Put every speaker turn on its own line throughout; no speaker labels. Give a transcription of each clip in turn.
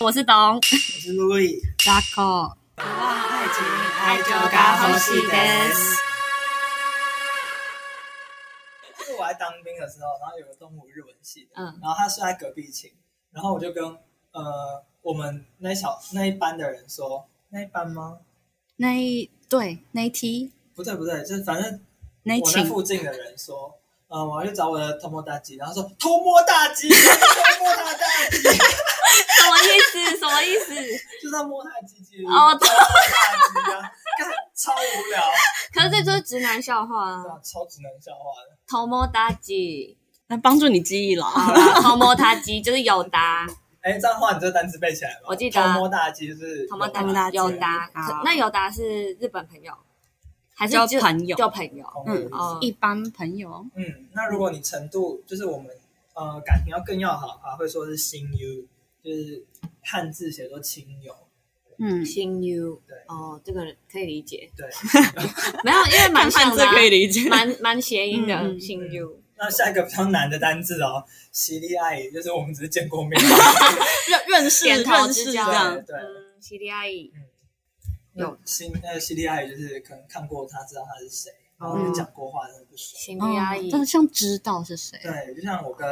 我是 董
我是路易。
Jaco。
爱情
愛情が欲しいです。
我来当兵的时候，然后有个动物日文系的，
嗯
然后他睡在隔壁寝，然后我就跟呃我们那一小那一班的人说，那一班吗？
那一对那一梯
不对不对，就是反正
那一
我那
群
附近的人说，呃，我要去找我的偷摸大吉，然后说偷摸大吉，偷摸他大吉，
什么意思？什么意思？
就在摸他的鸡鸡，
哦
偷摸大吉啊，干超无聊，
可是这就是直男笑话
对
啊！
啊超直男笑话的。
偷摸他鸡，
来帮助你记忆了。
好啦，偷摸他 鸡就是有答，
哎，这样的话，你这个单词背起来吗？
我记得啊
偷摸大鸡就是
偷摸
偷摸
他
大
鸡
吉
有答。
好
可那有答是日本朋友还是
交
就
朋友
就朋友？
嗯
嗯
哦
一般朋友
嗯，那如果你程度就是我们呃感情要更要好的话，会说是亲友，就是汉字写作亲友。
嗯，
亲友
对
哦，这个可以理解，
对，
没有，因为蛮
看
像
汉字
的啊，
可以理解。
蛮蛮谐音
嗯
的
嗯
亲友。
那下一个比较难的单字哦，席利爱也就是我们只是见过 面。
认认识
点头
认
之
识这
交
样，
对
嗯，西利阿
哦
姨有
有亲呃席利爱也就是可能看过他，知道他是谁，然后
嗯
也讲过话，真的不熟。
西利阿姨，
哦但是像知道是谁，
对，就像我跟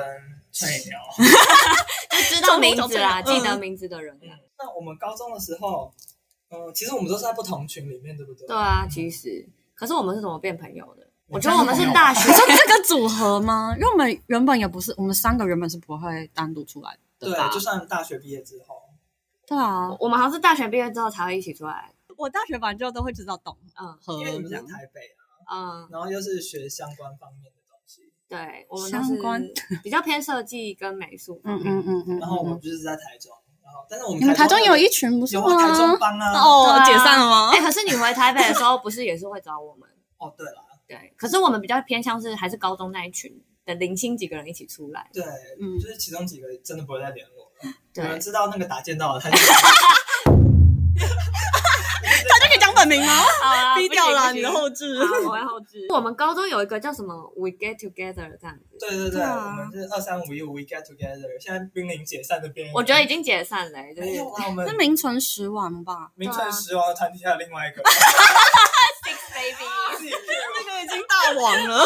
翠鸟，
知道名字啊，
这种嗯
记得名字的人啊。
那我们高中的时候，呃，其实我们都是在不同群里面，对不对？
对啊，其实，可是我们是怎么变朋友的？我
我
觉得我们是
看到
大学
你，说这个组合吗？因为我们原本也不是，我们三个原本是不会单独出来的吧
对，啊就算大学毕业之后，
对啊，
我们好像是大学毕业之后才会一起出来。
我大学反正就都会知道懂
嗯
和
因为你们在台北啊，
嗯，
然后又是学相关方面的东西，
对，我们都
相关
是比较偏设计跟美术。
嗯嗯嗯嗯嗯，
然后我们就是在台中，然后但是我
你们
们
台中有
有
一群不是
有
吗？
啊台中帮啊，
哦，
对啊
解散了吗
哎，？可是你回台北的时候，不是也是会找我们？
哦对了，
对，可是我们比较偏向是还是高中那一群的零星几个人一起出来。
对，
嗯
就是其中几个真的不会再联络了，你
对
们，知道那个打剑道的 他就他
那可以讲本名 吗？
好啊
逼掉了
不行不行
你的后 置。
好我会后置。我们高中有一个叫什么 “We Get Together” 这样子，
对对对，
对啊
我们是二三五一 we get together，现在濒临解散的边缘，
我觉得已经解散了、欸就是
没有啊，我们
是名存实亡吧？
名存实亡的团体还有 另外一个
Six Baby。
自己 Q
个已经大亡了，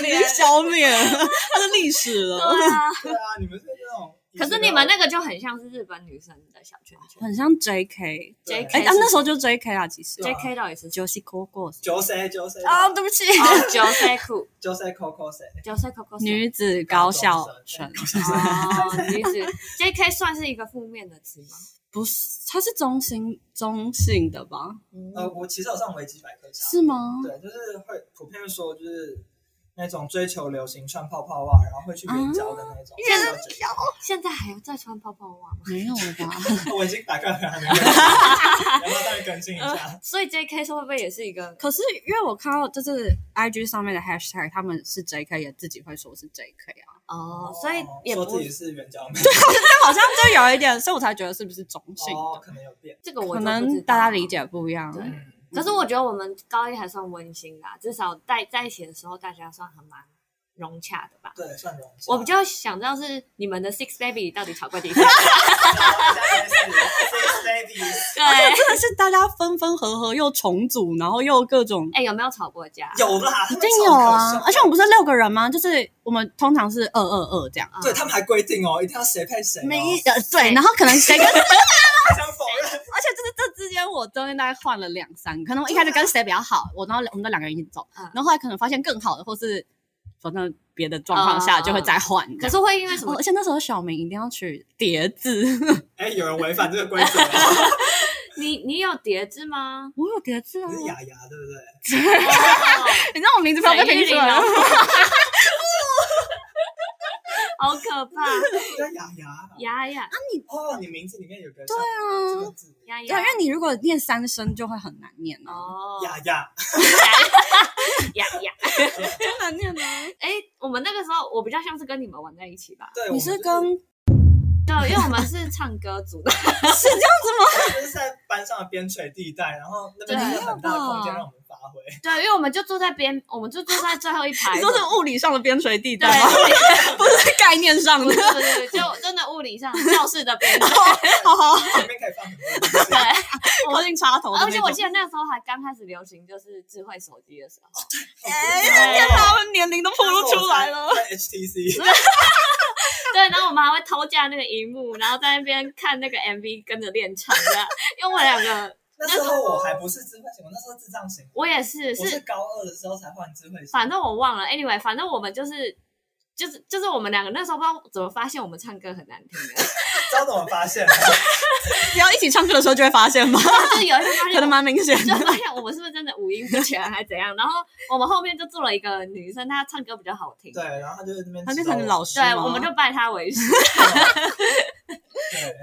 已经消灭了，它是历史了，
对啊，
对啊，你们是那种，
可是你们那个就很像是日本女生的小圈 圈。
很像 J.K.
对
JK
哎，但那时候就 J.K. 啊，其实
对
J K 到底是
九西 Coco
九谁九谁
啊，对不起，
哦，九岁裤，
九谁 Coco 谁，
九岁 Coco
女子高校生
哦，女子 J K 算是一个负面的词吗？
不是，它是中性中性的吧？
呃，我其实有上维基百科查，
是吗？
对，就是会普遍说，就是那种追求流行穿泡泡袜，然后会去援交的那种。
援现在还有在穿泡泡袜吗？
没有了 吧？
我已经打开了，还没更新，然后再更新一下。
所以 J K 是会不会也是一个？
可是因为我看到就是 I G 上面的 hashtag，他们是 J K 也自己会说是 J K 啊，
哦，所以也
说
不
自己是援交 妹，
但好像就有一点，所以我才觉得是不是中性
哦，
的，
可能有变。
这个
可
我就不知
能
道
大家理。解不一样。
对
嗯，
可是我觉得我们高一还算温馨啦，至少在在一起的时候大家算很蛮融洽的吧。
对，算融洽。
我比 较想知道是你们的 Six Baby 到底吵过几
是
次？对，
而且真的是大家分分合合，又重组，然后又各种，
哎、有没有吵过架？
有啦，
一定有啊！而且我们不是六个人吗？就是我们通常是二二二这样。
嗯
对他们还规定哦，一定要谁配谁。
没呃对，然后可能谁 跟，而且
不想否认。
就是这之间我中间大概换了两三个，可能我一开始跟谁比较好，我然后我们就两个人一起走，
啊嗯
然后后来可能发现更好的，或是反正别的状况下就会再换。
啊可是会因为什
哦
么
而？且那时候小明一定要取叠 字，？
哎，有人违反这个规则哦，
你你有叠字吗
我有叠字啊！
你是
你
雅雅对不 对？
哦
知道我名字不要被拼出来 啊
沈
吗
玉？ 好可怕！
你叫雅雅。
牙呀
哦，你名字里面有个对啊这个
嗯，
字
牙
对，因
牙
为你如果念三声就会很难念哦，
哦，
雅雅，
牙牙 牙！
真难念呢。啊
哎，我们那个时候我比较像是跟你们玩在一起吧？
对，
你
我
是
们就
跟
对，因为我们是唱歌组的，
就是在班上的边陲地带，然后那边
对
是有很大的空间
没有吧
让我们发挥。
对，因为我们就坐在边，我们就坐在最后一排。
你说是物理上的边陲地
对
带吗？ 不是概念上的
对。对对，就真的物理上教室的边缘。
好 好好，
前面可以放很多东西
对，
靠近插头的
而
哦那
且
种。
我记得那时候还刚开始流行，就是智慧手机的时候，
哎
对
天哪，我年龄都暴露出来 了。
在 HTC，
对，然后我们还会偷架那个荧幕，然后在那边看那个 MV，跟着练唱这样。因为我两个，
那时候我还不是智慧型，我那时候智障型，
我也是，
我是
是
高二的时候才换智慧型。
反正我忘了，anyway，反正我们就是。就是就是我们两个那时候不知道怎么发现我们唱歌很难听的，
知道怎么发现的？
只要一起唱歌的时候就会发 现吧，
就是有一天发
可
现
能蛮明显
就
的。
发现我们是不是真的五音不全还怎样？然后我们后面就做了一个女生，她唱歌比较好听，
对，然后他就在那边
他
指
变
导我，
成老师
对，
吗
我 们就拜她为师，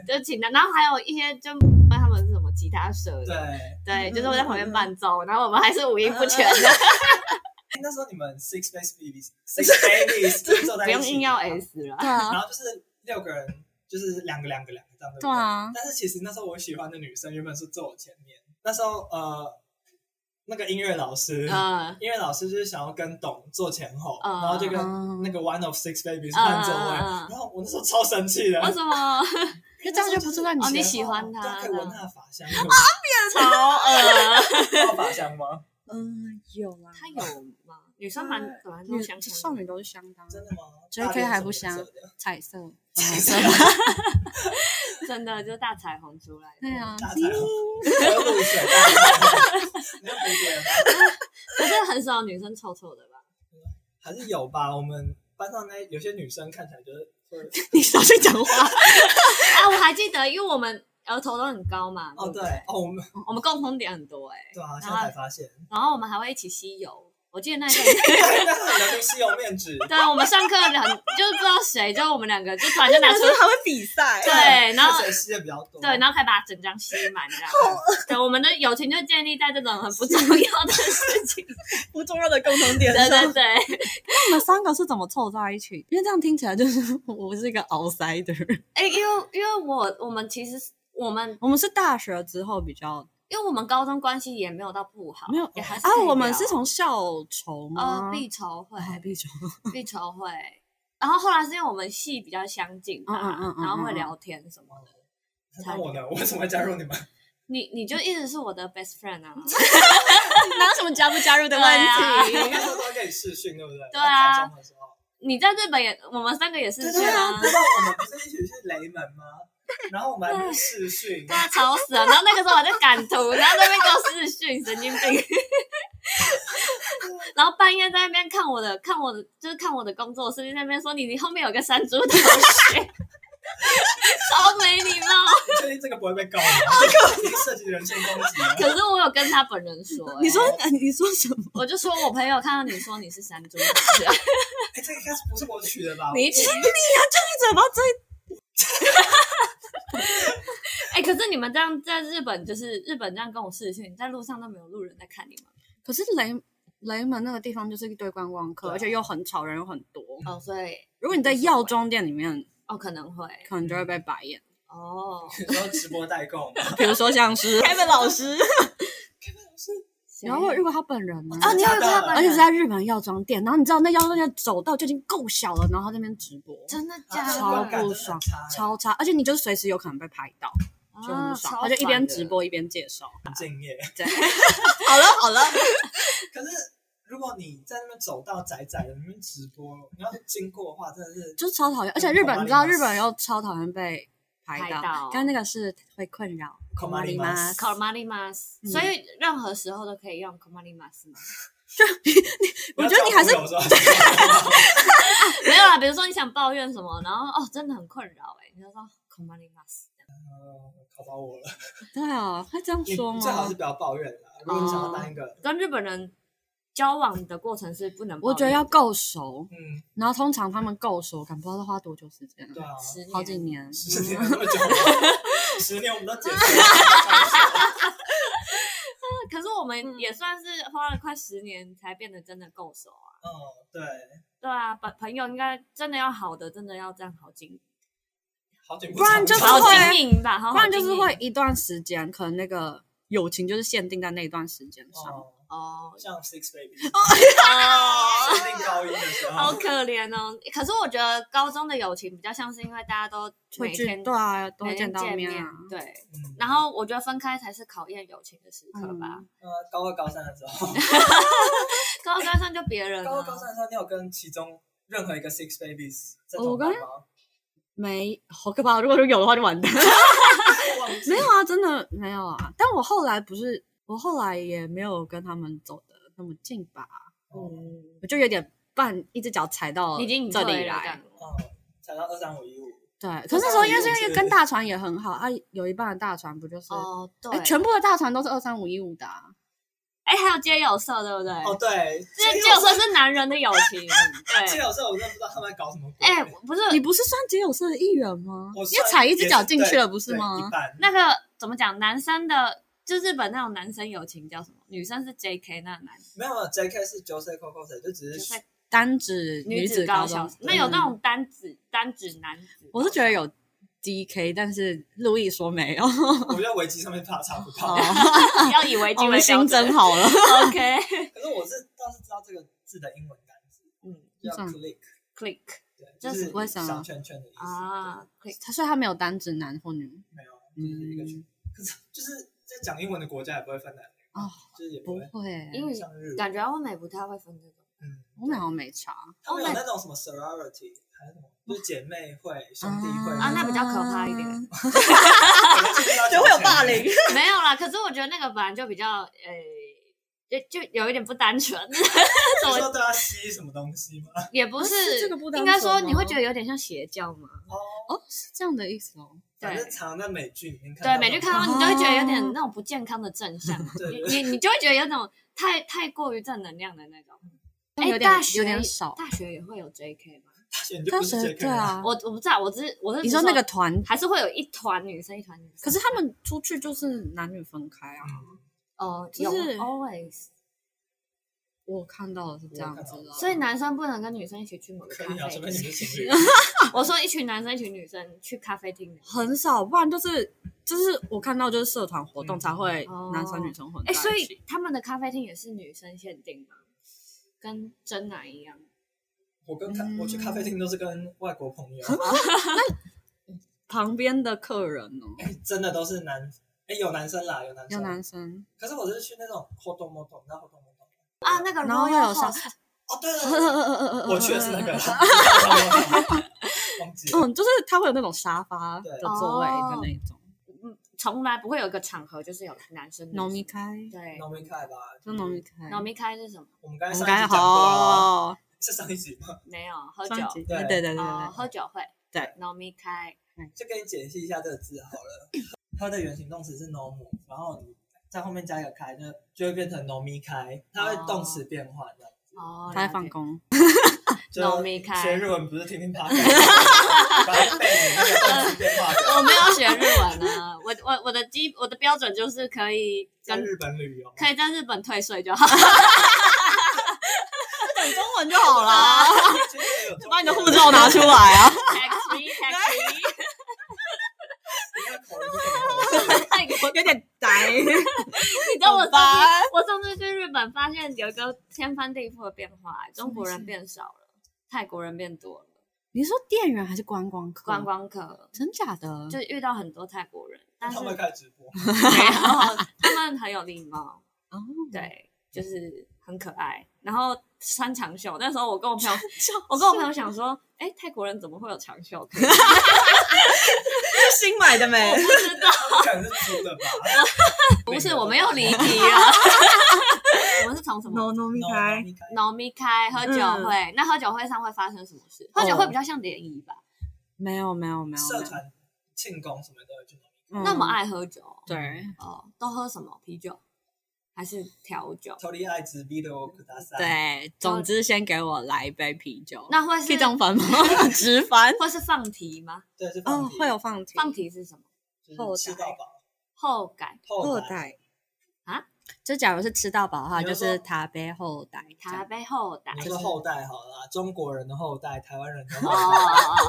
对
就请她。然后还有一些就问他们是什么吉他社的，
对。
对，就是我在旁边伴奏，然后我们还是五音不全的，
那时候你们 six base babies six babies 就是坐在
不
一起，
用硬要哎 S 了。
对啊，
然后就是六个人，就是两个两个两个这样，对不
对啊
但是其实那时候我喜欢的女生原本是坐我前面，那时候呃，那个音乐老师，
嗯，
音乐老师就是想要跟董坐前后，
嗯
然后就跟
嗯
那个 One of Six Babies
嗯
换座位，
嗯嗯
然后我那时候超生气的，
为什么
就这样就不是在你
哦
前
你
面
喜欢他
对啊可以闻他的发香，啊，
超
呃
恶？
他有发香 吗？
嗯，有啦，
他有吗？女生蛮本来都
女
香
少
香的，
女都是相当
真的吗
JK
大便是
还不
什么
香
颜色的
彩色，
彩色，
真的就大彩虹出来的。
对啊，
大彩虹，我有露水， 大彩虹没有蝴蝶吗？
可是很少女生臭臭的吧？
还是有吧？我们班上那有些女生看起来就是会。
你小心讲 话。
啊，我还记得，因为我们额头都很高嘛，
哦，
不
对，哦，我们
我们共同点很多哎、
对啊，
欸然
现
后
在才发现，
然后我们还会一起吸油。我记得那一阵，
那时候流行吸油面纸，
对啊我们上课很就是不知道谁，就我们两个就突然就拿出，
还会比赛
对然后
看谁吸的比较多，
对，然后可以把整张吸满这样。对，我们的友情就建立在这种很不重要的事情。
不重要的共同点
对
上。
对对，
那你们三个是怎么凑在一起？因为这样听起来就是 我是一个 outsider。
哎、因为因为我我们其实是我们
我们是大学之后比较
因为我们高中关系也没有到不好，
没有
也还是
啊
可以，
我们
聊
是从校仇吗？
呃必筹会
啊必仇，
必筹会，然后后来是因为我们系比较相近嘛，
嗯嗯嗯嗯
然后会
嗯嗯
聊天什么的。
那我呢？我为什么会加入你们？
你你就一直是我的 best friend 啊，
哪有什么加不加入的啊
问
我那时候都会跟你视讯，对不对？
对啊
高中的时候，
你在日本也，我们三个也是
对
去
对
啊
啊，，然后我们不是一起去雷门吗？然后我们还去视讯，
对啊，吵死了。然后那个时候我在赶图，然后在那边给我私讯，神经病。 然后半夜在那边看我的，看我的，就是看我的工作室，就在那边说你你后面有个山猪同学， 超没礼貌。
你确定这个不会被 告吗？这个已经涉及人身攻击了。
可是我有跟他本人说、欸
你说呃你说什 么？
我就说我朋友看到你说你是山猪同学，
哎，这个应该是不是我取的吧？
你一起
你怎么这
哎、可是你们这样在日本，就是日本这样跟我视讯，在路上都没有路人在看你们。
可是雷雷门那个地方就是一堆观光客，
对啊
而且又很吵，人又很多。
哦，所以
如果你在药妆店里面，
哦可能会
可能就会被白眼。
哦，
有时候直播代购嘛，
比如说像 是 Kevin 老师，然后
谁
如果他本人呢？
哦，你有
假
看
的
到本
而且是
人？
在日本药妆店，然后你知道那药妆店走道就已经够小了，然后他在那边直播，
真的哦
啊
假的？
超
感
不
真的很
爽
差欸，
超差，而且你就随时有可能被拍到，就很不
啊
爽。
超
他就一边
烦的
直播一边介绍。
很敬业。
对，好了好了，
可是如果你在那边走到窄窄的，那边直播，你要是经过的话，真的是
就是超讨厌。而且日本，你知道日本又超讨厌被拍
拍
到，
到
刚刚那个是会困扰。
恐怕你妈死
考 o m a n i m a s
嗯
所以任何时候都可以用 c o m a n i m a s 吗？
我觉得你还是
要照顾有时候
没有啦，比如说你想抱怨什么，然后哦真的很困扰哎、你就说 c o m a n i m a s
呃考到我了。
对啊，会这样
你
说吗？哦
最好是不要抱怨啦。如果你想要当一个，
跟日本人交往的过程是不能抱怨
我
的，
觉得要够熟，
嗯，
然后通常他们够熟，感不知道要花多久时间，
对啊，
十年
好几年。嗯
十 年那么久了，十年我们都解释了。
可是我
嗯
们也算是花了快十年才变得真的够熟啊。
嗯，对，
对啊，朋朋友应该真的要好的，真的要这样好经
好久
不然就是
好好
会
经营吧，好好
不然就是
经营
会一段时间，可能那个友情就是限定在那一段时间上。
哦，
哦，
像 Six Baby，
哦
上定高一的时
好
候，
可怜哦。可是我觉得高中的友情比较像是因为大家都每
会聚
天
对啊，都
每
会
天
见到
见
面啊。
对。
嗯
然后我觉得分开才是考验友情的时刻吧。
嗯
呃，高二高三的时候，
高二高三就别人了，
高二高三的时候，你有跟其中任何一个 Six Babies 这
哦我
种
跟
班吗？
没，好可怕！如果说有的话就完蛋。
忘记
没有啊，真的没有啊。但我后来不是，我后来也没有跟他们走的那么近吧，
嗯，
我就有点半一只脚踩到
已经隐
这
退
里
了这
来
样。
哦，才到二三五一五，
对，可是那时候因为
这样
是因为
子
跟大船也很好啊，有一半的大船不就是？
哦，
哎
对，
全部的大船都是二三五一五的、啊，
哎，还有街友社，对不对？
哦，对，
这
这
街友社是男人的友情，
这
对。
有时候我真的不知道他们在搞什么鬼。
哎，不是
你不是算解友社的一员吗？
我
因为
算
踩一只
也
脚进去了，
对
不是
对
吗
一？半
那个怎么讲，男生的。就日本那种男生友情叫什么？女生是 J K 那男，
没有没有 JK 是 j o s e Coco 谁，就
就
只
是
是
单指
女
子
子
高
高
中
校
生，，
那有那种单指单指男子，
我是觉得有 DK，但是路易说没有，
我在维基上面怕查不 到，
哦
不要以为
我
进
们
了
新增 好了。
OK，
可是我是倒是知道这个字的英文单词，
嗯
叫
是这样
click，
，click
对，
这
就是是
为什么
小圈圈的意思
啊，click，
他 所以他没有单指男或女，
对没有，就是一个圈
嗯，，
可是就是在讲英文的国家也不会分男女
哦，
就是也不
不
会
会，
因为
像日
感
文，
觉欧美不太会分这种，
嗯，
我们好像没查。
他们
欧
有
美
那种什么 sorority 还是什么，就是姐妹会、兄弟会
哦
啊那比较可怕一点
啊
就会有霸凌，
没有啦。可是我觉得那个本来就比较呃，就就有一点不单 纯，
你说对他吸什么东西吗？
也不
啊是这个不单纯
应该说你
吗
会觉得有点像邪教嘛。
哦，
哦，是这样的意思哦。
反
对
正常在美剧里面看
对，
到
美剧
这种
看到你就会觉得有点
哦
那种不健康的正向，
对
你
对
你你就会觉得有种太太过于正能量的那种。
但有
哎，
点
大学
有点少。
大学也会有 JK 吗？
大学你就不是杰克
对
了，
啊，
我我不知道，我只是我是
你
只
说那
说
个团，
还是会有一团女生一团女生，
可是他们出去就是男女分开啊。
嗯
哦，
就是
always，
我看到的是这样
我
子
看
的，哦
到
所以男生不能跟女生一起去某个
可
咖
以啊，除非
啡
你
厅。
是情侣。
我说一群男生一群女生去咖啡厅。
很少，不然就是就是我看到就是社团活动
嗯
才会
哦
男生女生混在
哎，
一起。
所以他们的咖啡厅也是女生限定吗？跟真奶一样？
我跟咖我去咖啡厅都是跟外国朋
嗯
友，
旁边的客人 哦，
真的都是男，哎，有男生啦，有男
有
生。
男生，
可是我是去那种 hot moto，你知道 hot moto？
啊，那个
然后又
Royal
有上
House，
哦，对 对对，
我
我去的是那个，忘记了。
嗯，就是他会有那种沙发
对
的座位的那种，
嗯从来不会有一个场合就是有男生女
农
生
民开，
对，
农民开吧，
就农民开，
农民开是什么？
我们刚才
我
上
们刚
一集
才
讲过啊，
好，
是上一集吗？
没有哦喝酒
上一集
对
对对对对
哦，
对，
喝酒会
对
农民开
就跟你解析一下这个字好了。 它的原形动词是 nom，然后你在后面加一个开，就就会变成 nomi 开，它会动词变换的。
哦，
他
了
在放
解
工，
就
农民开
学日文不是听听 podcast，把它背你那个动词变化表。
我没有学日文啊， 我我我的基我的标准就是可以
在
跟
日本旅游，
可以在日本退税就好。
等中文就好啦，
其实有中 间
把你的护照拿出来啊，
tax free tax
你看口音是什么
free，泰国。
有点呆，
你知道我
好
上
吧
次我上次去日本发现有一个天翻地覆的变化，中国人变少了，泰国人变多了，
你是说店员还是观光客？
观，光客
真假的？
就遇到很多泰国人，但是
他
没
们
有，
开直播，
他们很有礼貌，
哦，
对，就是很可爱，然后。穿长袖，那时候我跟我朋友，我跟我朋友想说，哎、泰国人怎么会有长袖可以穿？
是新买的 没？
他们可能是租的吧？
不是，我没有离题啊。我们是从什么？
农民
Nomai
开，
kai
农民开喝酒会，那喝酒会上会发生什么事？喝酒会比较像联谊吧？
没有没有没有，
社团庆功什么的就
没有
那么
嗯
爱喝酒
对
哦，都喝什么啤酒还是调酒？
脱离爱之 v i d e
对，总之先给我来一杯啤酒，
那会
可以
是
这样翻吗？ 直翻
会是放题吗？
对，是
哦
放，题
会有放题，
放题是什么？
就是吃到饱
后感
后
后
代
代
啊，
就假如是吃到饱的话，
比如
就
说
是塔杯后代这
嗯他
样。
被后代
你
哦
说后代好了啦，中国人的后代，台湾人的
哦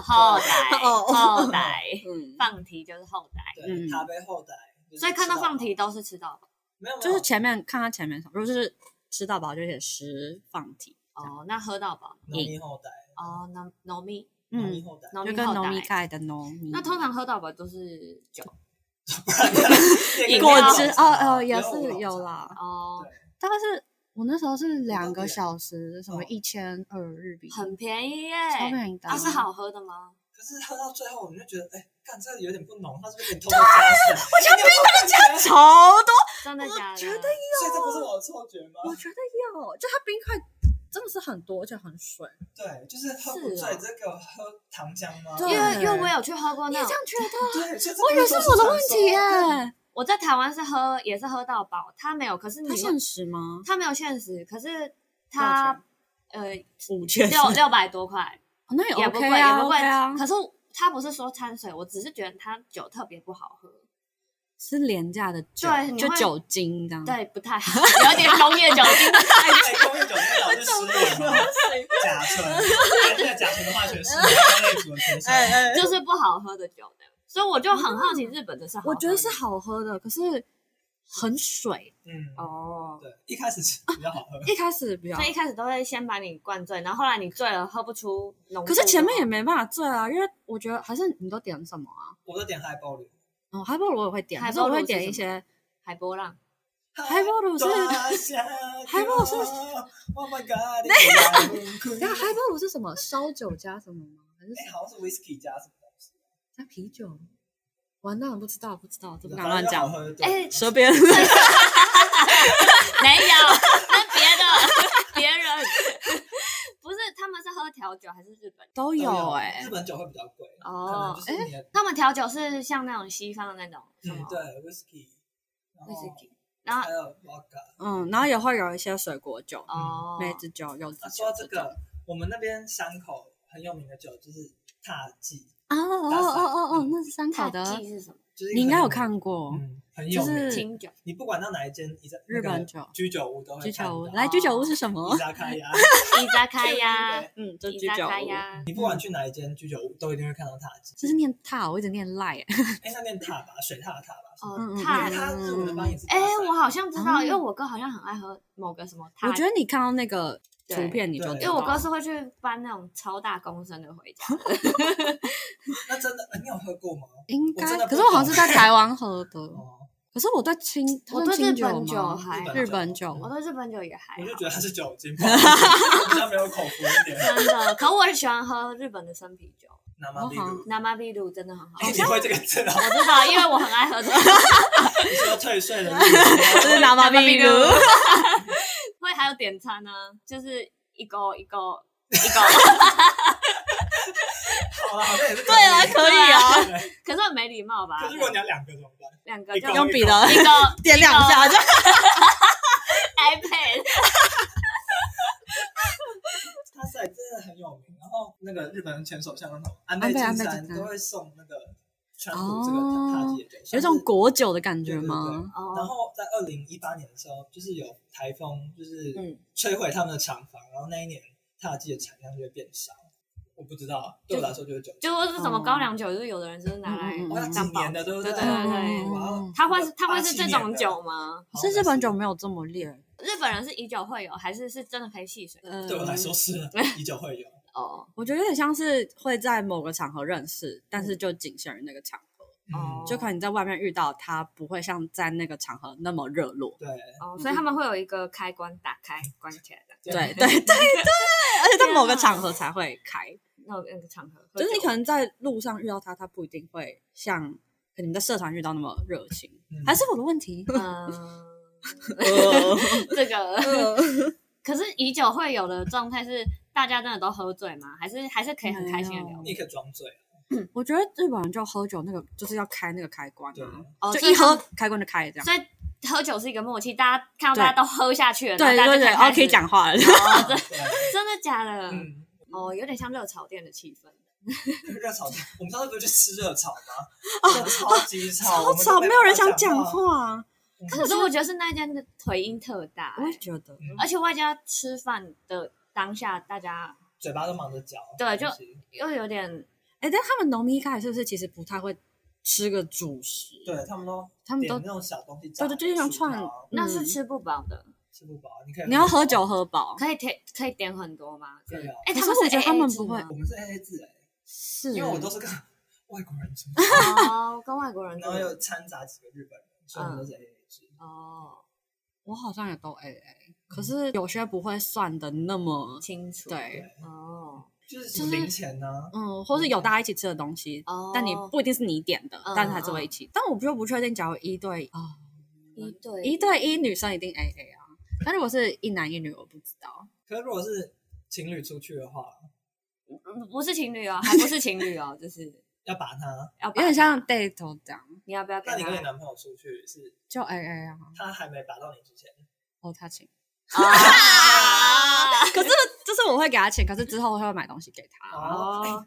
后代，
哦后代
哦
后代
嗯，
放题就是后代，
对，
嗯
塔贝后代。就是
所以看到
吃饱
放题都是吃到饱。
没有，没
就
有
是前面看他前面什么，如果是吃到饱就写十放题，
哦，那喝到饱
农民后代，
哦，那农民
农
嗯，
民后代，
农
就
民
跟
后
农米
代。
盖的农米。
那通常喝到饱都是酒
不然
饮
果
料
汁
这个啊
哦哦
没
也
乌
是
龙
有
茶，
啦，
哦，
大概是我那时候是两
我
个
都觉得
小时，什么
哦
一千二日币，
很便宜耶，
超便宜的。啊
它是好喝的吗？
可是喝到最后，我们就觉得，哎，干这有点不浓，他是不是给你偷偷
啊
加水？我觉得
超多，
真的假的？
觉得
所以这不是我的错觉吗？
我 觉得有，就它冰块真的是很多，而且很水。
对，就是喝不
是
醉，
哦
这个喝糖浆吗？
啊对
因为因为我有去喝过那种，
觉得？
对，所以这
我以为
不
是
是
我的问题耶、
传说
我在台湾是喝也是喝到饱，它没有，可是你
它现实吗？
它没有限时，可是它呃
五千
六六百多块
那
也
也
不
OK
贵、
啊
也不贵、
，OK 啊，
可是它不是说掺水，我只是觉得它酒特别不好喝，
是廉价的酒
对，你
就
会
酒精这样。
对，不太好，有点工业酒精。
哎，对，工业酒店老师失恋了，甲醇，哎那个甲醇的化学式，三类组的学 生，
哎
就是不好喝的酒的，所以我就很好奇日本的是好
哦
喝
我
的，
觉得是好喝的，可是很水。
嗯，
哦。
对，一开始是比较好喝，
一开始比较
所，以一开始都会先把你灌醉，然后后来你醉了喝不出浓度
可
的话。
是前面也没办法醉啊，因为我觉得还是你都点什么啊？
我都点 high b
哦，海波罗我也会点，
海
可
波
是
罗
我会点一些
海波浪，
海波罗是，
海
highball 是
，Oh my God，那
然后海波罗是什么烧酒加什么吗？还是
哎，好像是 whisky 加什么东西，
加啤酒？完蛋，我不知道，不知道，这不敢
反
乱
正就好
讲。
喝。
哎
对，
舌边
没有，那别的 别人 不是他们是喝调酒还是日本？
都
都
有哎、
日本酒会比较贵，可能
哦
就，是你的，
他们调酒是像那种西方的那种什
嗯
么，
对，whisky，然后
whisky，然后
还有 vodka。
嗯，然后也会有一些水果酒、
哦，
梅子酒、柚子
啊，
酒
说到这
种
个，我们那边山口很有名的酒就是塔记，
啊哦哦哦
嗯
哦，那是三口
塔
的，
记是什么？
就是
你应该有
过，
看过
嗯，很有
就
名。
是
清酒
你不管到哪一间，你在
日本酒
居酒屋都会
居
看
酒
到
屋。哦来，居酒屋是什么
伊？扎卡亚，
伊扎 卡呀，
嗯，就
伊
居
扎
酒
卡
屋。
呀，
你不管去哪一间居酒屋，都一定会看到塔记。
这是念踏，我一直念赖。
哎，那念塔吧，水塔的塔吧，是吗
哦
嗯嗯
因
塔
为。它日文的发音是塔
哎，我好像知
哦
道，
嗯
因为我哥好像很爱喝某个什么塔，
我觉得你看到那个
对
图片你就
对
知
因
道
为我哥是会去搬那种超大公升的 回家的，
那真的，哎你有喝过吗？
应
我
该
真的，不
可是我好像是在台湾喝的，
哦，
可是我对清，
我
它
对
是清
日本
吗
酒还好
日本酒
我对日本酒也还
我就
好
觉。得它是酒精，不好意思比较没有口福一点。
真的，可我喜欢喝日本的生啤酒，
那么比
我好
如，
南马比鲁真的很哦好
哎，你
喝。
会这个字哦？
我知道，因为我很爱 喝这个。
你说退税 的日文
就是拿马秘鲁，
会还有点餐呢、就是一勾一勾一勾，
好了，好像也是
对 啊，可以啊，
对
可是很没礼貌吧
可？是如果你要两个怎么办？
两个
一
就
勾
用笔的
一 个
点两下就
iPad，
他赛真的很有名，然后那个日本人前首相那种安
倍
倍晋
安倍
三
晋三
都会送那个川普这个塔吉的酒，
有一种果酒的感觉吗？
像是。然
哦，
后在二零一八年的时候，就是有台风，就是
嗯
摧毁他们的厂房，然后那一年塔吉的产量就会变少。我不知道，对我来说就是酒。
就是什么高粱酒，就是有的人就是拿来
嗯嗯嗯
哇，它
当
几
保
年的，对不
对
对
对
嗯
对
对
哇，哦
它会是它会是这种酒吗？
好哦
可是日本酒没有这么烈，
日本人是以酒会友，还是是真的可以戏水？
呃
对我来说是以酒会友。
哦
我觉得有点像是会在某个场合认识，但是就仅限于那个场合，
哦
嗯，
就可能你在外面遇到他，不会像在那个场合那么热络。
对
哦，所以他们会有一个开关打开关起来的，
对对对对，而且在某个
啊
场合才会开。
那那个场合喝酒，
就是你可能在路上遇到他，他不一定会像可能你在社团遇到那么热情，
嗯
还是我的问 题？
嗯，
嗯
这个可是以酒会友的状态是大家真的都喝醉吗？还是还是可以很开心的聊
你可以嗯装醉，
我觉得日本人就喝酒那个就是要开那个开关
对，
啊，
哦，
就
所以
一喝开关就开这样。
所以喝酒是一个默契，大家看到大家都喝下去了，
对
然后
对
大
对，
家
哦，
就
可
以
以讲话 了。
开始。哦，
对，
真真的假的？
嗯。
哦，有点像热炒店的气氛。
热 炒店，我们上次不是去吃热炒吗？真的超级吵，
好
我们都
哦吵，没有人想
讲
讲。话。
可是我觉得是那一间的回音特大、
我也
欸
觉得，
而且外加吃饭的当下，大家
嘴巴都忙着嚼。
对就
其实
又有点
哎，但他们农民一开始是不是其实不太会吃个主食？
对他们都
他们
点
都
那种小东西炸，
对对，就是像
薯
串
条，
那是
嗯
吃不饱的，
吃不饱，你可以
你要喝酒喝饱。
可以点可以点很多吗？
对啊，
哎、
可
他
是
们
我觉得他们
AA 制
不会
吗
我们是 AA 制哎，
是
因为我都是跟外国 人住，
哦，跟外国人住
然后又掺杂几个日本人，所以我
嗯
们都是 AA 制。
哦
我好像也都 AA，可是有些不会算的那么
清楚
对，
哦
就是什么零钱啊呢？
嗯，或是有大家一起吃的东西，
哦，
但你不一定是你点的
嗯，
但是还是会一起。但我就不确定，假如一对啊，
一对
一对一女生一定 AA 啊，但如果是一男一女，我不知道。
可是如果是情侣出去的话，
不不是情侣哦，还不是情 侣哦，就是
要把他，
要
有
把
点像 date 这样，
你要不要跟
那你跟你
他？
男朋友出去是
就 AA 啊，
他还没把到你之前，
哦，他请。
啊
可是就是我会给他钱，可是之后我会买东西给他，
哎
哦，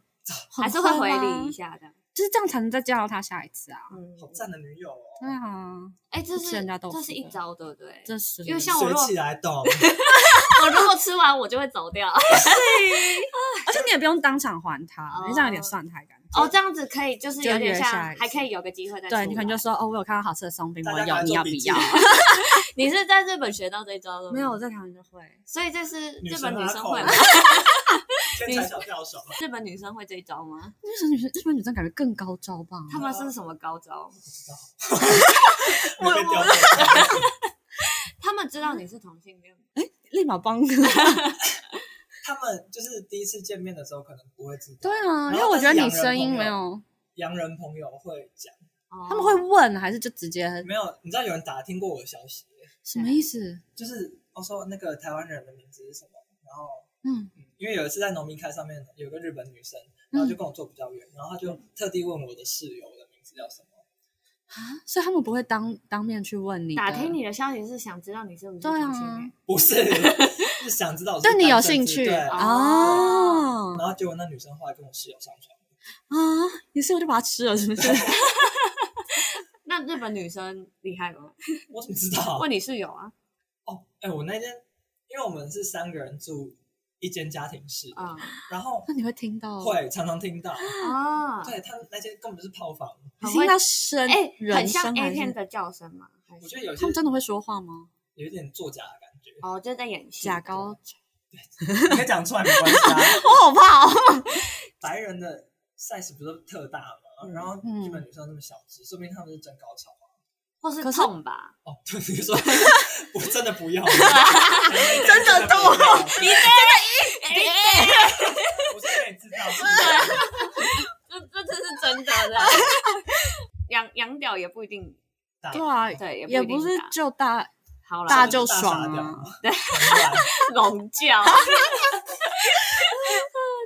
很
还是会回
会吗
礼一下的。
就是这样才能再见到他下一次啊。
嗯，
好赞的女友哦，
对啊，
哎，这
不吃
是
人家豆
这
腐
是一
的
招，对不对？
这是
因为像我
学
若
起来懂，
我如果吃完，我就会走 掉。
而且你也不用当场还他，你这样有点算太干净。
哦，这样子可以，就是有
就
点
约下
像，
一次
还可以有个机会再出来。
对你可能就说哦，我有看到好吃的松饼，
大
我
家
有，
赶快
你要
做
不
笔记
要？
你是在日本学到这一招的吗？
没有，我，在台湾就会。
所以这是
女
日本
拿
女生
口
会 吗？
天才小吊手，
日本女生会这一招吗？
日本女生，日本女生感觉更高招吧？
他们是什么高招？
没被吊走。
他们知道你是同性恋吗？
立马帮。
他们就是第一次见面的时候可能不会知道
对，啊，
然后
因为我觉得
但是
你
洋人
声音
朋友
没有，
洋人朋友会讲，
他
他们会
哦
问还是就直接
没有，你知道有人打听过我的消息，
什么意思？
就是我说那个台湾人的名字是什么，然后。
嗯，
嗯因为有一次在农民开上面有个日本女
嗯
生，然后就跟我坐比较远，然后她就特地问我的室友的名字叫 什么。
啊，所以他们不会当当面去问你的，
打听你的消息是想知道你是不是
对啊
同性恋。
不是，是想知道我是
对你有
单身
兴
之
趣
对
哦
然后结果那女生后来跟我室友上床，
啊？你是不是就把它吃了？是不是？
那日本女生厉害吗？
我怎么知道？
问你室友啊？
哦，哎、我那天因为我们是三个人住一间家庭室，
哦
啊
然后
那你会听到，
会常常听到，
啊！
对他那间根本就是炮房。
你
很
听
会
到声
哎，很
人
像
声
A
还
片
是？
的叫声吗？还
我
是
觉得有些
他们真的会说话吗？
有一点作假的感觉，
哦，就在演戏
假高，
你可以讲出来没关系 啊。
我好怕哦。
白人的 size 不是特大嘛，然后
嗯
日本女生那么小只，说明他们是真高潮啊。
或是
可是
痛 吧？
哦，对，你说我真的不要，真的不要，
你
哎
这个
我是可以知道是
啊
不是。
这这这是真的 的。养养屌也不一定，
大
对啊，
对，
也
不一定
不是
打
就大
好啦，
大
就
就
大
爽
傻
啊
屌。很乱
龙叫。啊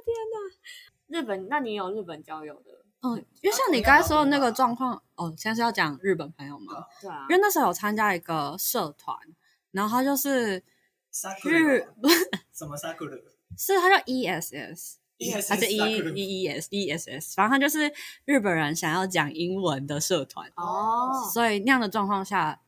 天哪！日本，那你有日本交友的？
嗯，因为像你刚才说的那个状况，哦，现在是要讲日本朋友吗？
对啊
因，为那时候有参加一个社团，然后他就是日
Sakura 什么 Sakura
是他叫 ESS 还是 E
啊
ESS
E E S E S S，反正他就是日本人想要讲英文的社团，
哦，
所以那样的状况下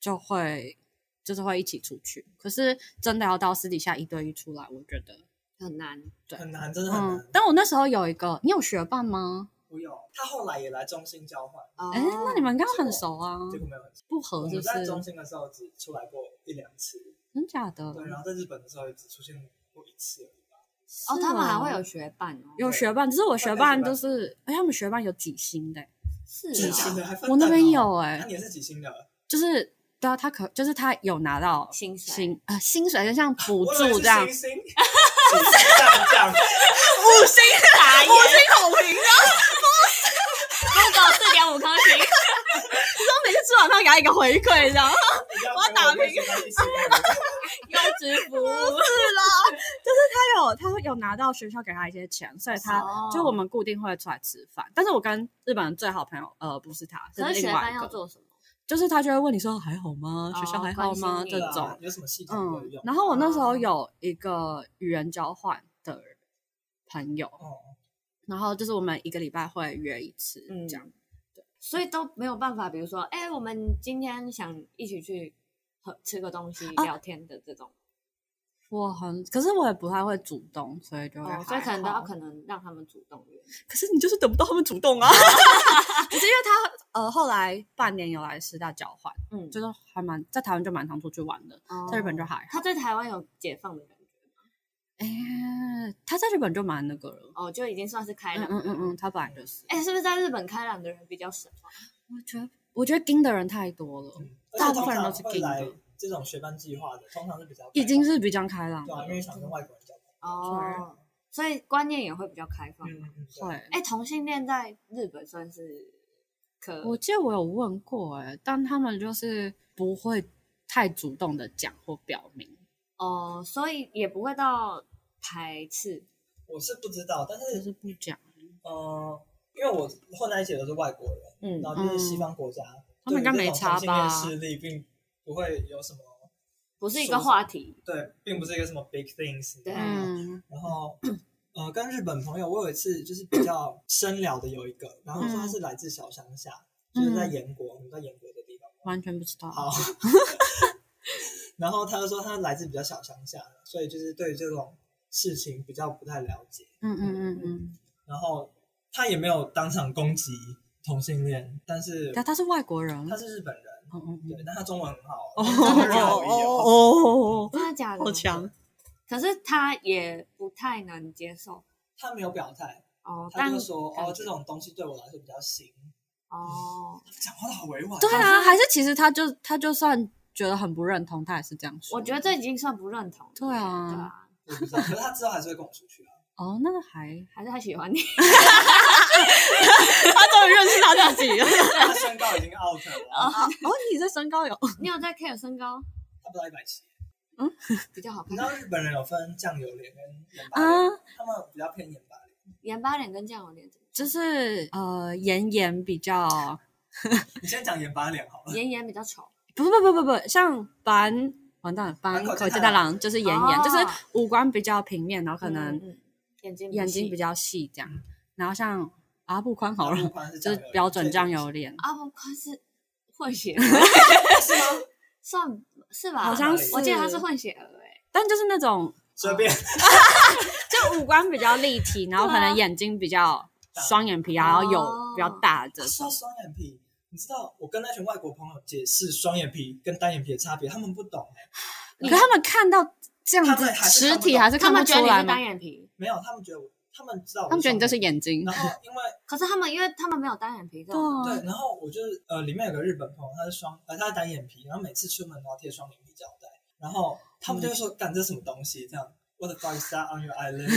就会就是会一起出去。可是真的要到私底下一对一出来，我觉得，
很难。
很难，真的很
嗯
难。，
但我那时候有一个，你有学伴吗？
不用，他后来也来中心交换，
哦
哎、那你们应该很熟啊，
结果没有很熟。
不
我
合就是
们在中心的时候只出来过一两次，
真假的？
对，然后在日本的时候也只出现过一次而已吧。
哦，
是
他们还
哦
会有学伴哦，
有
对
学伴，只是我学
分
伴
类学伴
就是，哎，他们学伴有几星的欸、
是
几星
哦
的还分
我那
等
边
哦
有哎、
那你也是几星的？
就是对啊，他可就是他有拿到
薪水啊
薪呃薪水，就像补
我以为
助
是
这样，
星 星，几星上将，
五星打五星好评啊！
Google 四点五颗 星，
然后每次吃完饭给他一个回馈，这样 是
我
我打平
优质服务。
啦，就是他有他有拿到学校给他一些钱，所以他、
哦
就我们固定会出来吃饭。但是我跟日本人最好朋友呃不是他，是
可是学
另外
伴
一
要
个，
做什么？
就是他就会问你说还好吗？
哦
学校还好吗？这
关心你
对啊
种。
有什么系统可
嗯
以用，？
然后我那时
哦
候有一个语言交换的朋友，
哦，
然后就是我们一个礼拜会约一次，
嗯
这样。
所以都没有办法，比如说，哎、我们今天想一起去喝吃个东西、
啊
聊天的这种，
我很，可是我也不太会主动，所以就会还好、
哦，所以可能都要可能让他们主动约。
可是你就是等不到他们主动 啊。不是因为他呃后来半年有来师大交换，
嗯，
就是还蛮在台湾就蛮常出去玩的，在日本就
哦
还好。
他对台湾有解放的感觉
哎、他在日本就蛮那个了。
哦，就已经算是开
嗯
朗。
嗯嗯嗯，他本来就是。
哎、是不是在日本开朗的人比较少啊？
我觉得我觉得盯的人太多了，
嗯
大部分人都
而且
是
通常会
gay 的
来这种学班计划的，通常是比较
已经是比较开朗
开放的对啊，
了。
因为想跟外国人交朋
哦，所以观念也会比较开放。
友。嗯嗯嗯，对
会，
哎、同性恋在日本算是可
我记得我有问过哎、但他们就是不会太主动的讲或表明。
哦、所以也不会到排斥。
我是不知道，但
就是是不讲，
呃，因为我混在一起的都是外国人，
嗯
然后就是西方国家，
他们应该没差吧
对于这种同性恋势力并不会有什么，
不是一个 话题。
对，并不是一个什么 big things。
对
嗯，
然后，呃，跟日本朋友，我有一次就是比较深聊的有一个，然后说
嗯
他是来自小乡下，就是在岩国，我们在岩国的地方。
完全不知道。
好， 然后他就说他来自比较小乡下，所以就是对这种事情比较不太了解。
嗯嗯嗯嗯，
然后他也没有当场攻击同性恋，但是
但他是外国人。
他是日本人，
嗯嗯嗯
对，但他中文很好，
哦
中文好
哦哦哦
真的假
哦，
的？
好！强！
可是他也不太能接受
他没有表态，
哦，
他
但
就说
感
哦，
觉
这种东西对我来说比较新。
哦，
嗯
讲话都好委婉，
对啊，还是其实他就他就算觉得很不认同，他也是这样说。
我觉得这已经算不认同了。
对啊
对啊，
我不知道，可是他之后还是会跟我出去啊。
哦，那还
还是他喜欢你。
他终于认识他自己 了。
他身高已经 out 了，啊
哦，你这身高有
你有在 care 身高
他不到一百七。
比较好
你
看
知，道日本人有分酱油脸跟盐巴
啊
脸，？他们比较偏盐巴脸。
盐巴脸跟酱油脸怎么
就是呃，妍妍比较
你先讲盐巴脸好
啊
了
样？。妍妍比较丑。
不不不不不，像板完蛋了，板
坂口
口
健
健
太
太
郎
郎就是妍妍，就是
哦
五官比较平面，然后可
嗯
能
嗯眼睛
眼睛比
较
较细这样。然后像阿布宽好
阿布
了，
宽是
就
酱
是
油脸
标准酱油脸。
啊不，他是混 血儿，
是吗？
算是吧？
好像
是
我记得他是混血儿哎。
但就是那种
随便。
就五官比较立体，然后可
啊
能眼睛比较双眼皮啊，然后
哦
有比较大的。
说到双眼皮，你知道我跟那群外国朋友解释双眼皮跟单眼皮的差别，他们不懂哎、
可他们看到这样
他
子
们还是
实
看不
体
懂
还是
哦他
看不
们觉得
出
你
来
是
吗
单？眼皮，
没有，他们觉得我，他们知道我，
他们觉得你这是。眼睛
然。后因为
可是他们因为他们没有单眼皮这
对
种，
啊
对，然后我就是呃，里面有个日本朋友，他是双呃他是单眼皮，然后每次出门都要贴双眼皮胶带，然后他们就会说干这什么东西这样。What the fuck is that on your eyelid？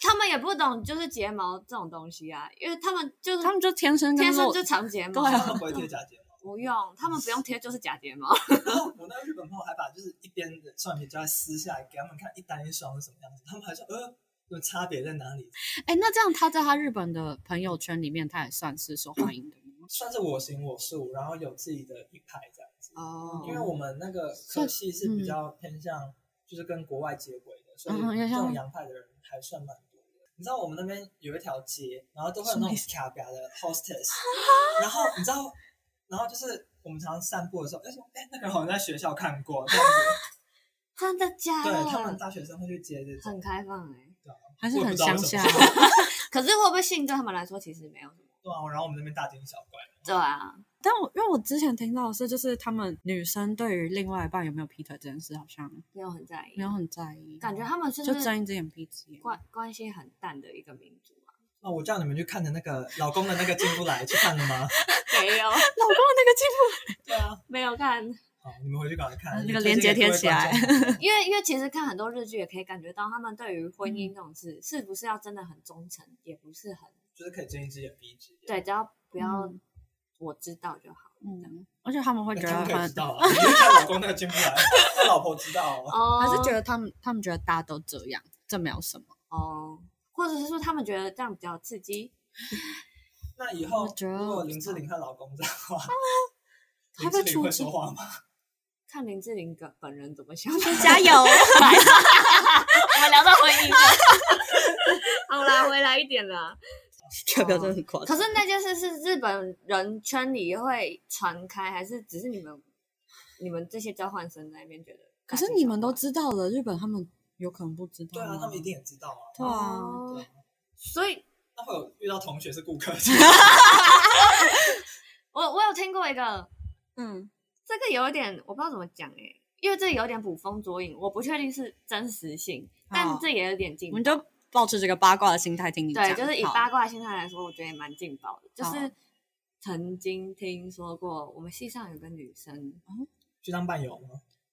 他们也不懂就是睫毛这种东西啊，因为他们就是
他们就天生跟
天生
肉
就长睫毛，
对
他
啊
们不会贴假睫 毛。
不用，他们不用贴就是假睫毛。
然后我那个日本朋友还把就是一边的双眼皮胶带撕下来给他们看一单一双是什么样子，他们还说呃，有差别在哪里？
哎，那这样他在他日本的朋友圈里面，他也算是受欢迎的吗。
算是我行我素，然后有自己的一派这样子。
哦
因为我们那个科系是比较偏向，就是跟国外接轨的，所以
嗯嗯有
这
像
种洋派的人还算蛮多的。你知道我们那边有一条街，然后都会有那种卡表的 hostess，然后你知道，然后就是我们常常散步的时候，哎说哎那个人好像在学校看过，这样子
真的假
哦
对他们
的？
大学生会去接这种，
很开放哎，
还是
我也
很
不知道
乡
为什
下
么，
可是会不会性对他们来说其实没有什么？
对啊，然后我们那边大惊小怪。
对啊，
但我因为我之前听到的是，就是他们女生对于另外一半有没有劈腿这件事，好像
没有很在意
没，有很在意，哦
感觉他们是
就
不是
睁一只眼闭一只眼。
关关系很淡的一个民族啊？
那我叫你们去看的那个老公的那个进不来，去看了吗？
没有，
老公的那个进步
对啊，
没有看，
好，你们回去赶快 看
那个链接贴起来。
推荐给各位观众
因为因为其实看很多日剧也可以感觉到他们对于婚
嗯
姻这种事，是不是要真的很忠诚，也不是很
就是可以睁一只眼闭一只眼。哎
对，只要不要
嗯
我知道就好。
嗯，而且他们会觉
哎
得
他们可以
很
知道啊，因 为她老公那个进不来，她老婆知道啊。
哦
还是觉得他们他们觉得大家都这样，这没有什么。
哦，或者是说他们觉得这样比较刺激，
那以后
我觉得
如果林志玲她老公这样的话，
她
林
会
志
出
玲会说话吗？
看林志玲本本人怎么想。
加油！
哦 我们聊到婚姻了，好啦，回来一点啦。
跳标真的很夸
可
张。
是那件事是日本人圈里会传开，还是只是你们你们这些交换生在那边觉得大
可
惊小怪？
是你们都知道了，日本他们有可能不知道。
对啊，他们一。定也知道啊。
对啊，
哦
对，
所以
那会有遇到同学是顾客，
我我有听过一个，
嗯，
这个有一点我不知道怎么讲哎、因为这有点捕风捉影，我不确定是真实性，但
好
这也有点劲
我。们就保持这个八卦的心态听你讲。
对，就是以
好
八卦心态来说，我觉得也蛮劲爆的。就
好
是曾经听说过，我们系上有个女生
去当伴游吗？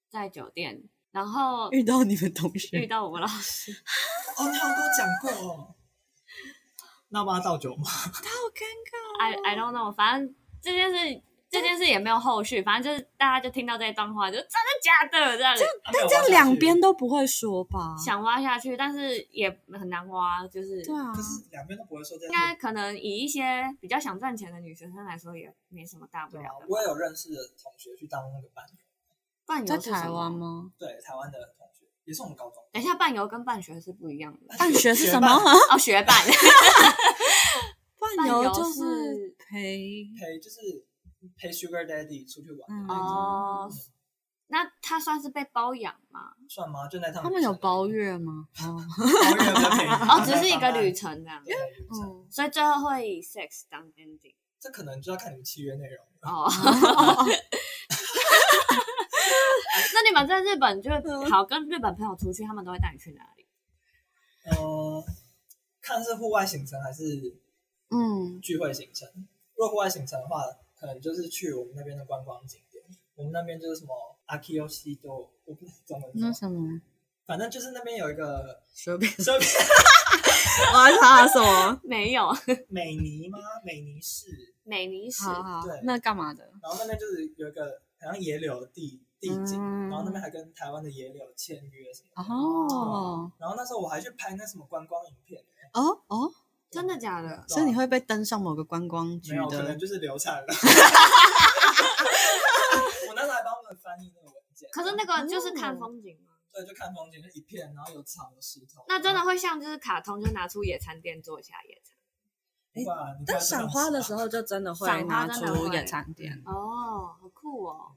在酒店，然后
遇到你们同
遇
学，
到我们老师，
哦，你好像跟我讲过哦。那八到九吗？
他好尴尬。哦
哎
I I don't know，反正这件事这件事也没有后续，反正就是大家就听到这一段话，就真的假的这样子
但
这样两边都不会说吧？
想挖下去，但是也很难挖，就是
对啊
可，是两边都不会说这
应
样。
该可能以一些比较想赚钱的女学生来说，也没什么大不
对
了
啊
的，吧。
我也有认识的同学去当那个伴游，
伴游
在
是什么
台湾？ 吗？
对，台湾的同学也是我们高中。
等一下，伴游跟伴学是不一样 的
办哎学是什
学伴
么？啊
哦，学伴
伴游
伴游
就是是陪，
陪就是陪 Sugar Daddy 出去玩
嗯
的那种，
哦。那他算是被包养吗？
算吗？就那趟
他们有
旅程
包月吗？哦，
包月比较便宜
哦，只是一个旅，程这样，
对旅程，
嗯
所以最后会以 sex 当 ending。
这可能就要看你们契约内容。
哦， 那你们在日本就好跟日本朋友出去，他们都会带你去哪里？
呃，看是户外行程还是
嗯，
聚会行程。如果户外行程的话，可能就是去我们那边的观光景点。我们那边就是什么阿基尤西多，我不知道中文是什
那
么，
什么，
反正就是那边有一个
随便，
这边
我还查什么？
没有，
美尼吗？美尼市，
美尼史
好好
对，
那干嘛的？
然后那边就是有一个好像野柳地地景，
嗯
然后那边还跟台湾的野柳签约什么的。
哦
然后那时候我还去拍那什么观光影片，
哦哦，
真的假的？
所以你会被登上某个观光局
没有，可能
的，
就是流产了。 我那时候还帮他们翻译那个文件，啊
可是那个就是看风景吗？
对，就看风景，就一片，然后有草有石头。
那真的会像就是卡通，就拿出野餐垫做一下野餐。
不管，
哎
你
但
不管
赏花的
是
时候就真的会
赏花
拿
真的
出
会
野餐垫，
哦，好酷哦！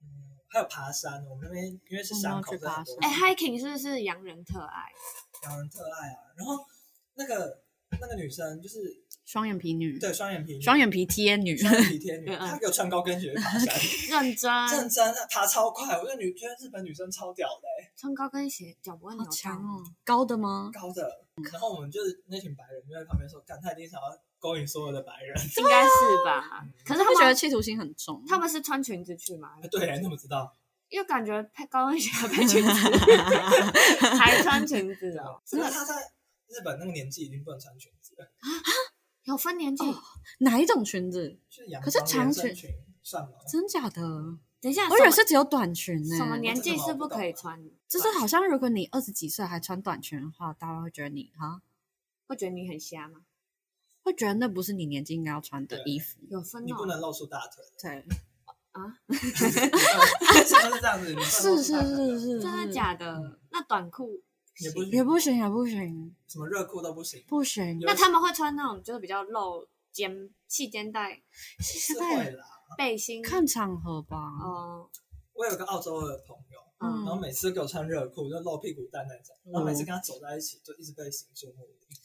哪里，嗯还有爬山，我们那边因为是山口，
我们要去
真的很
爬山
多
哎，hiking 是不是洋人特爱？
洋人特爱啊。然后那个那个女生就是
双眼皮女，
对双眼皮女，
双眼皮贴女，
双眼皮贴女，
嗯嗯
她给我穿高跟鞋去爬山，
认真
认真她爬超快。我觉得女觉得日本女生超屌的、欸，
穿高跟鞋，脚不会扭
好
到
强哦，高的吗？
高的。
嗯
然后我们就是那群白人就在旁边说，干，她一定想要勾引所有的白人。
应该
啊
是吧？可是他
会觉得
们
企图心很重，
他们是穿裙子去吗？
啊对、你怎么知道？
因为感觉配高跟鞋要 配裙子，才穿裙子哦。
因为她啊在日本那个年纪已经不能穿裙子了，
有分年纪。
哦哪一种裙子？
就是洋
可是
装
长
连身
裙
裙算吗？
真假的？哦
等一下，
我以为
什
是只有短裙呢、
么什么年
这
纪
个我
是
不
不
懂
可以
啊
穿？
就是好像如果你二十几岁还穿短裙的话，大家会觉得你哈，
会觉得你很瞎吗？
会觉得那不是你年纪应该要穿的衣服。
有分
你不
哦。
能露出大腿，
对，
是不是这样子？你不能露
是
出
是
大腿
是是，
真的
是？
假的
嗯？
那短裤
也不
也不行，也不行，
什么热裤都不行，
不行。
有
那他们会穿那种就是比较露肩、细肩带
是
现
会
在
啦。
背心？
看场合吧。
哦，
我有个澳洲的朋友，
嗯
然后每次都给我穿热裤，就露屁股蛋那种，然后每次跟他走在一起，就一直被行注目礼。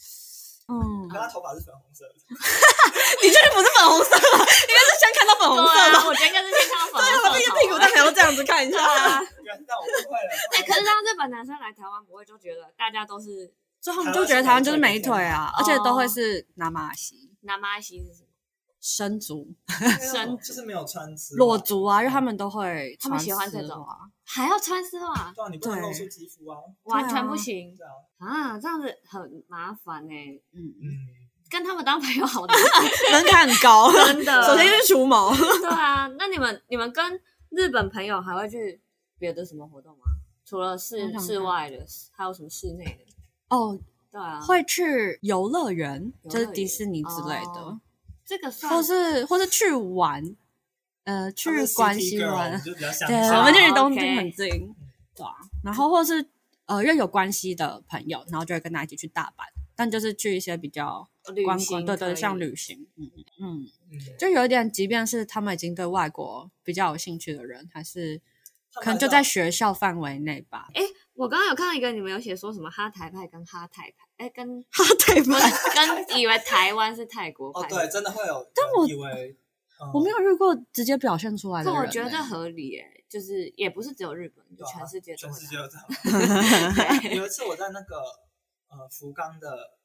嗯，
可他头发是粉红色的，
你确定不是粉红色吗？应该是先看到粉
对
红色吧
啊，。我觉得应该是先看到粉
对啊，
红
我那
色的头
个屁股
欸
蛋还要这样子看一下。啊
原来让我误会了。
哎，可是让日本男生来台湾，不会就觉得大家都是
所以他们就觉得台湾就是美腿啊，而且都会是拿马西、
拿马西是什么？
深足、
身就是没有穿丝袜
裸，足啊，因为他们都会
他们
穿
喜欢这
丝
种
袜
还要穿丝袜，
对啊，你不能
对
露出肌肤啊。
完全不行
对啊，
啊！这样子很麻烦哎，
嗯，
嗯，
跟他们当朋友好 难。
门槛很高，
真 的
首先是除毛，
对啊，那你们你们跟日本朋友还会去别的什么活动吗？除了
我
室
想
室
看
外的，还有什么室内的？
哦，
对啊，
会去游乐园，
游
就
乐园
是迪士尼之类
哦
的，
这个算
或是或是去玩，呃，去关西
了，
玩，
就比较想
对，
哦
我们就离东
OK
京很近，对啊，然后或是呃，因为有关系的朋友，然后就会跟他一起去大阪，但就是去一些比较
旅
观光，
行
对对，
可以
像旅行，嗯嗯，
嗯，
就有一点，即便是他们已经对外国比较有兴趣的人，还是
他们
可能
还
就是在
要
学校范围内吧。
我刚刚有看到一个，你们有写说什么哈台派跟哈泰派，哎， 跟
哈对吧？
跟跟以为台湾是泰国
哦
派，，
对，真的会有，
但我
以为嗯
我没有遇过直接表现出来的
可
人、欸。
我觉得合理耶，就是也不是只有日本，就
对啊
全世界都
全
会
世
来
界都这样。
对
有一次我在那个呃福冈的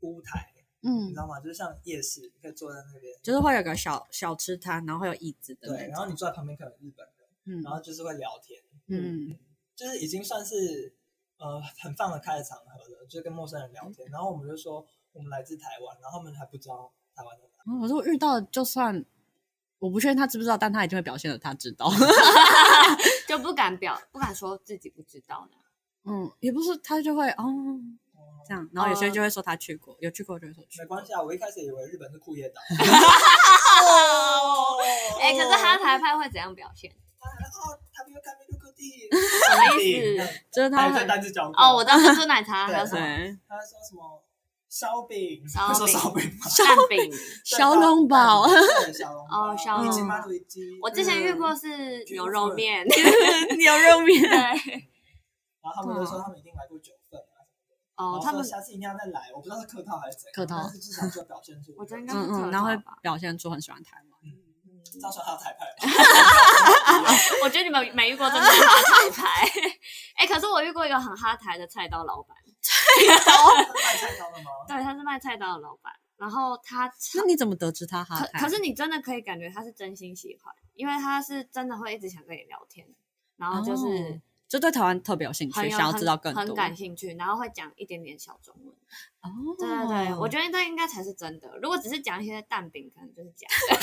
乌台，你
嗯
知，道吗？就是像夜市，你可以坐在那边，
就是会有个小小吃摊，然后会有椅子的那
对，然后你坐在旁边可能有日本人，
嗯
然后就是会聊天，
嗯
就是已经算是呃很放得开的场合了，就是跟陌生人聊天。
嗯
然后我们就说我们来自台湾，然后他们还不知道台湾在哪。
嗯，我说我遇到的就算我不确定他知不知道，但他一定会表现的他知道。
嗯
就不敢表不敢说自己不知道的。
嗯，也不是他就会哦
哦
这样，然后有些人
哦
就会说他去过，有去过就会说去
没
过。
关系啊，我一开始以为日本是库页 岛。哦
哦
哎，可是哈台派会怎样表现？
哦，他们又开没有个地， 嗯
什么意思？
就是他
还
很
在单字讲
哦，我知道珍珠奶茶
对
还有什么
对
他说什么烧饼，
烧
会说
饼
烧饼 吗？
蛋饼。
小笼包，
对小笼
哦小
笼
一斤
包
八一斤。
我之前遇
嗯
过
嗯
是牛 肉面，
牛肉面，
对，
然后他们就说他们一定来过九份啊，然
哦，
后
他
说
们
下次一定要再来，我不知道是客套还是怎样，
客套
但是至少就表现出
我觉得应该
嗯
是客
嗯，然后
套
会
吧。
表现出很喜欢台湾。
到时候还有彩 排，
我觉得你们没遇过真的哈台派。哎，可是我遇过一个很哈台的菜刀老板，
卖菜刀了吗？
对，他是卖菜刀的老板，然后他
那你怎么得知他哈
可
台？
可是你真的可以感觉他是真心喜欢，因为他是真的会一直想跟你聊天，然后就是
哦就对台湾特别有兴
很
趣，
有、
想要
很
知道更多。
很感兴趣，然后会讲一点点小中文。
哦，
对对对，我觉得这应该才是真的。如果只是讲一些蛋饼，可能就是假的。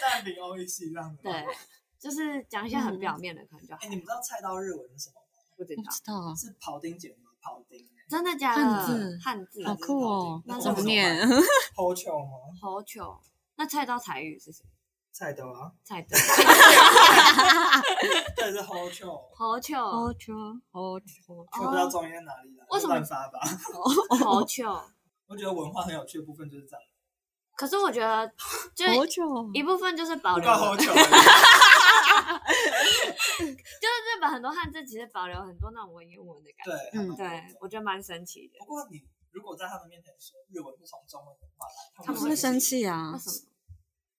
蛋饼欧一系这样子。。
对， 就是讲一些很表面的，可能就
哎，
还
你们知道菜刀日文是什么吗？
不知
不
道。
知道啊，
是庖丁解牛，庖丁。 欸
真的假的？
汉字
汉字啊
好酷哦！
那
怎
怎
么
么
念？
抛球吗？
好球。那菜刀台语是什么？
菜刀啊，
菜刀
对，是抛球。
好球，哦
好球，好球！
我不知道中间哪里来，
为什么哦
乱发吧？
好球。
我觉得文化很有趣的部分就是这样，
可是我觉得，就
好
是
球！
一部分就是保
不
留
够
了
抛球。
就是日本很多汉字其实保留很多那种文言文的感觉。
对，
嗯
对，我觉得蛮神奇的。
不过你如果在他们面前说日文是从中文文化来，
他
他
们
们
会
会生
气。
气啊
为！什么？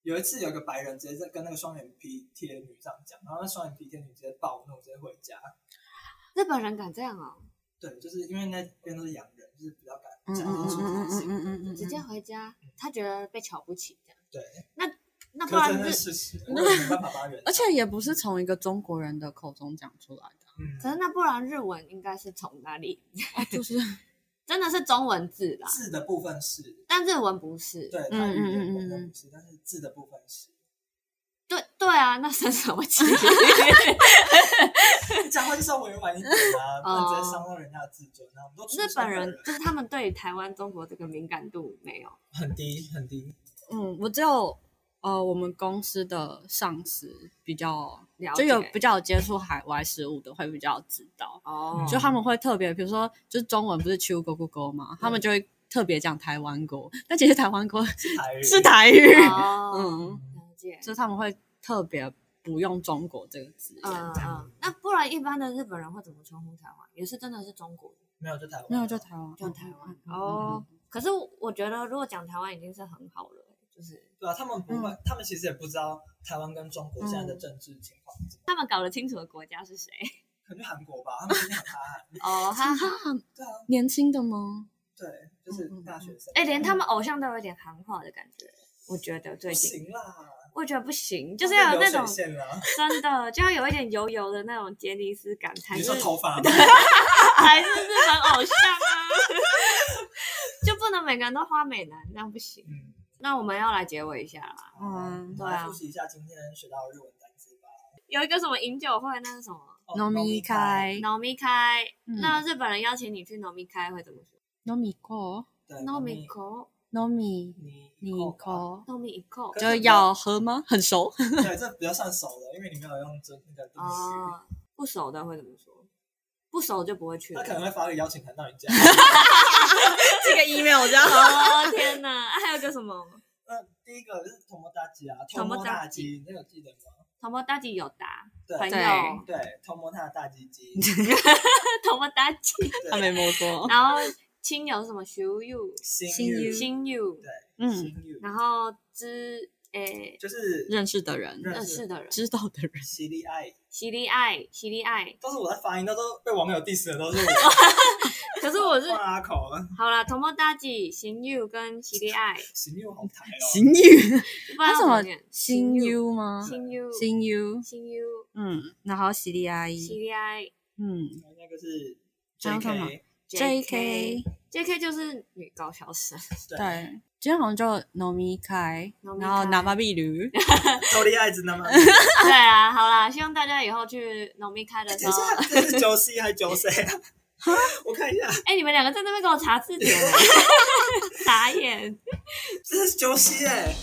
有一次有一个白人直接在跟那个双眼皮贴女这样讲，然后那双眼皮贴女直接暴怒，直接回家。
日本人敢这样哦，
对，就是因为那边都是洋人，就是比较敢
嗯
展
嗯嗯
现出
嗯嗯
自己。
嗯嗯嗯，
直接回家，他觉得被瞧不起这样。
对，
那不
可真
然
的
日，
是事 实，我也没办法把人。
而且也不是从一个中国人的口中讲出来的，
可
嗯，
是那不然日文应该是从哪里？
就是
真的是中文字啦，
字的部分是，
但日文不是。
对，
嗯
它语言
嗯嗯
本身
嗯
不是，但是字的部分是。
对对啊，那生什么气？
你讲话就是要委婉一点 啊，不能
哦
直接伤到人家的自尊啊。我们都出
日
生
本
的
人
人
就是他们对于台湾、中国这个敏感度没有。
很低很低，
嗯，我只有呃，我们公司的上司比较
了解
就有比较有接触海外事务的，会比较知道。
哦
就他们会特别，比如说，就是中文不是 “q 勾勾勾”嘛，他们
嗯
就会特别讲台湾歌，但其实台湾歌
台语
是台语，
哦，
嗯，
了解。
就是他们会特别不用“中国”这个字眼，
嗯嗯，那不然一般的日本人会怎么称呼台湾？也是真的是中国人。
没有就台湾
没有就啊台湾，
就台湾哦。可是我觉得，如果讲台湾已经是很好了，就是
对啊，他们不会，
嗯
他们其实也不知道台湾跟中国现在的政治情况是怎么样，
他们搞得清楚的国家是谁。
可能去韩国吧，他们一定很哈韩。
哦， 他
对啊，
年轻的吗？
对，就是大学生。
哎，连他们偶像都有点韩化的感觉。我觉得
嗯不
最近，
行啦，
我觉得不行，就是要有那种
流水线啦。
真的，就要有一点油油的那种杰尼斯感，才
你
是
说头 发吗？嗯
才是日本偶像啊！ 就不能每个人都花美男，这样不行。
嗯，
那我们要来结尾一下啦。
嗯
我们
啊
来复习一下今天学到的日文单词吧。
有一个什么饮酒会，那是什么？
哦
农民开，
农米开。
嗯
那日本人邀请你去农米开会怎么说？
农米锅，
对，
飲
农
み
民
会
农米
你
米锅，
糯米一扣
可
就要喝吗？很熟，
哦
对，这比较算熟的，因为你没有用真那个定语。
哦，不熟的会怎么说？不熟就不会去
他
了。
可能会发个邀请函到你家。
这个 email 这样。
哦天哪，啊还有个什么？
那第一个是同摩大吉啊，
同
同
摩
摩
大
大
吉
吉，那有记得吗？
同胞大吉有答，
对
朋
对
友
对，同摩他的大鸡鸡，
同胞大吉，
他没摸过，
然后亲友是什么 x you
新
新
玉，
You
亲友，
对，
嗯
新玉，
然后知诶
就是
认识的人，
认
认识的人，
知道的人，
犀利爱，
喜力爱喜力爱，
都是我在发音，那都被网友 diss 的，都是我
可是 我是
换阿 口了。
好啦，同胞大吉行 you 跟喜力爱，
新玉好台哦，
行语，
不
他
然
什
怎
么
念？
新 U 吗？
新 you
新 U，
新 you
嗯，然后喜力阿
喜
姨，
力爱
嗯
那个是
还有什么
JK，
，JK，
JK 就是女高校生，
对，今天好像就 Nomi 开，
飲み会
然后 n a m a b i r
抽离爱子 那么，
对啊，好啦，希望大家以后去农民开的时
等一
候，
下这是九 C 还是九 C 啊？我看一下，
哎、你们两个在那边给我查字典， 傻眼，
这是九 C 哎，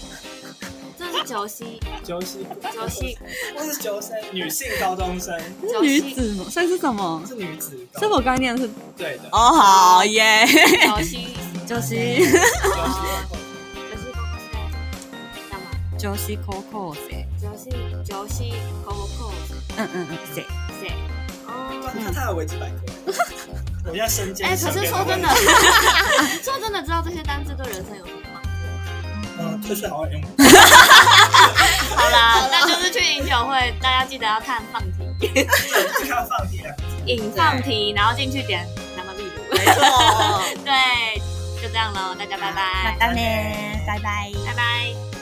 这是九溪
九 C，
九 溪
这是九 C，女性高中生
九
女
溪
子吗？所以是什么？
是女子高，
是我刚念的是
对的，
哦好耶，
九溪
九西
九 C，
九溪公司干嘛？
九西 Coco 谁？
九溪九溪 Coco
嗯嗯嗯谁？
谁？哦，
看他有维基百 科，我现在身兼
哎、可是说真的， 说真的，知道这些单字对人生有什么帮助？
嗯，退税好像用，
好啦，那就是去饮酒会，大家记得要看放题，
这个要放屁啊了，
饮放题，然后进去点南蛮秘鲁。
没 错。
对，就这样喽，大家拜拜，
拜拜，拜拜。
拜拜。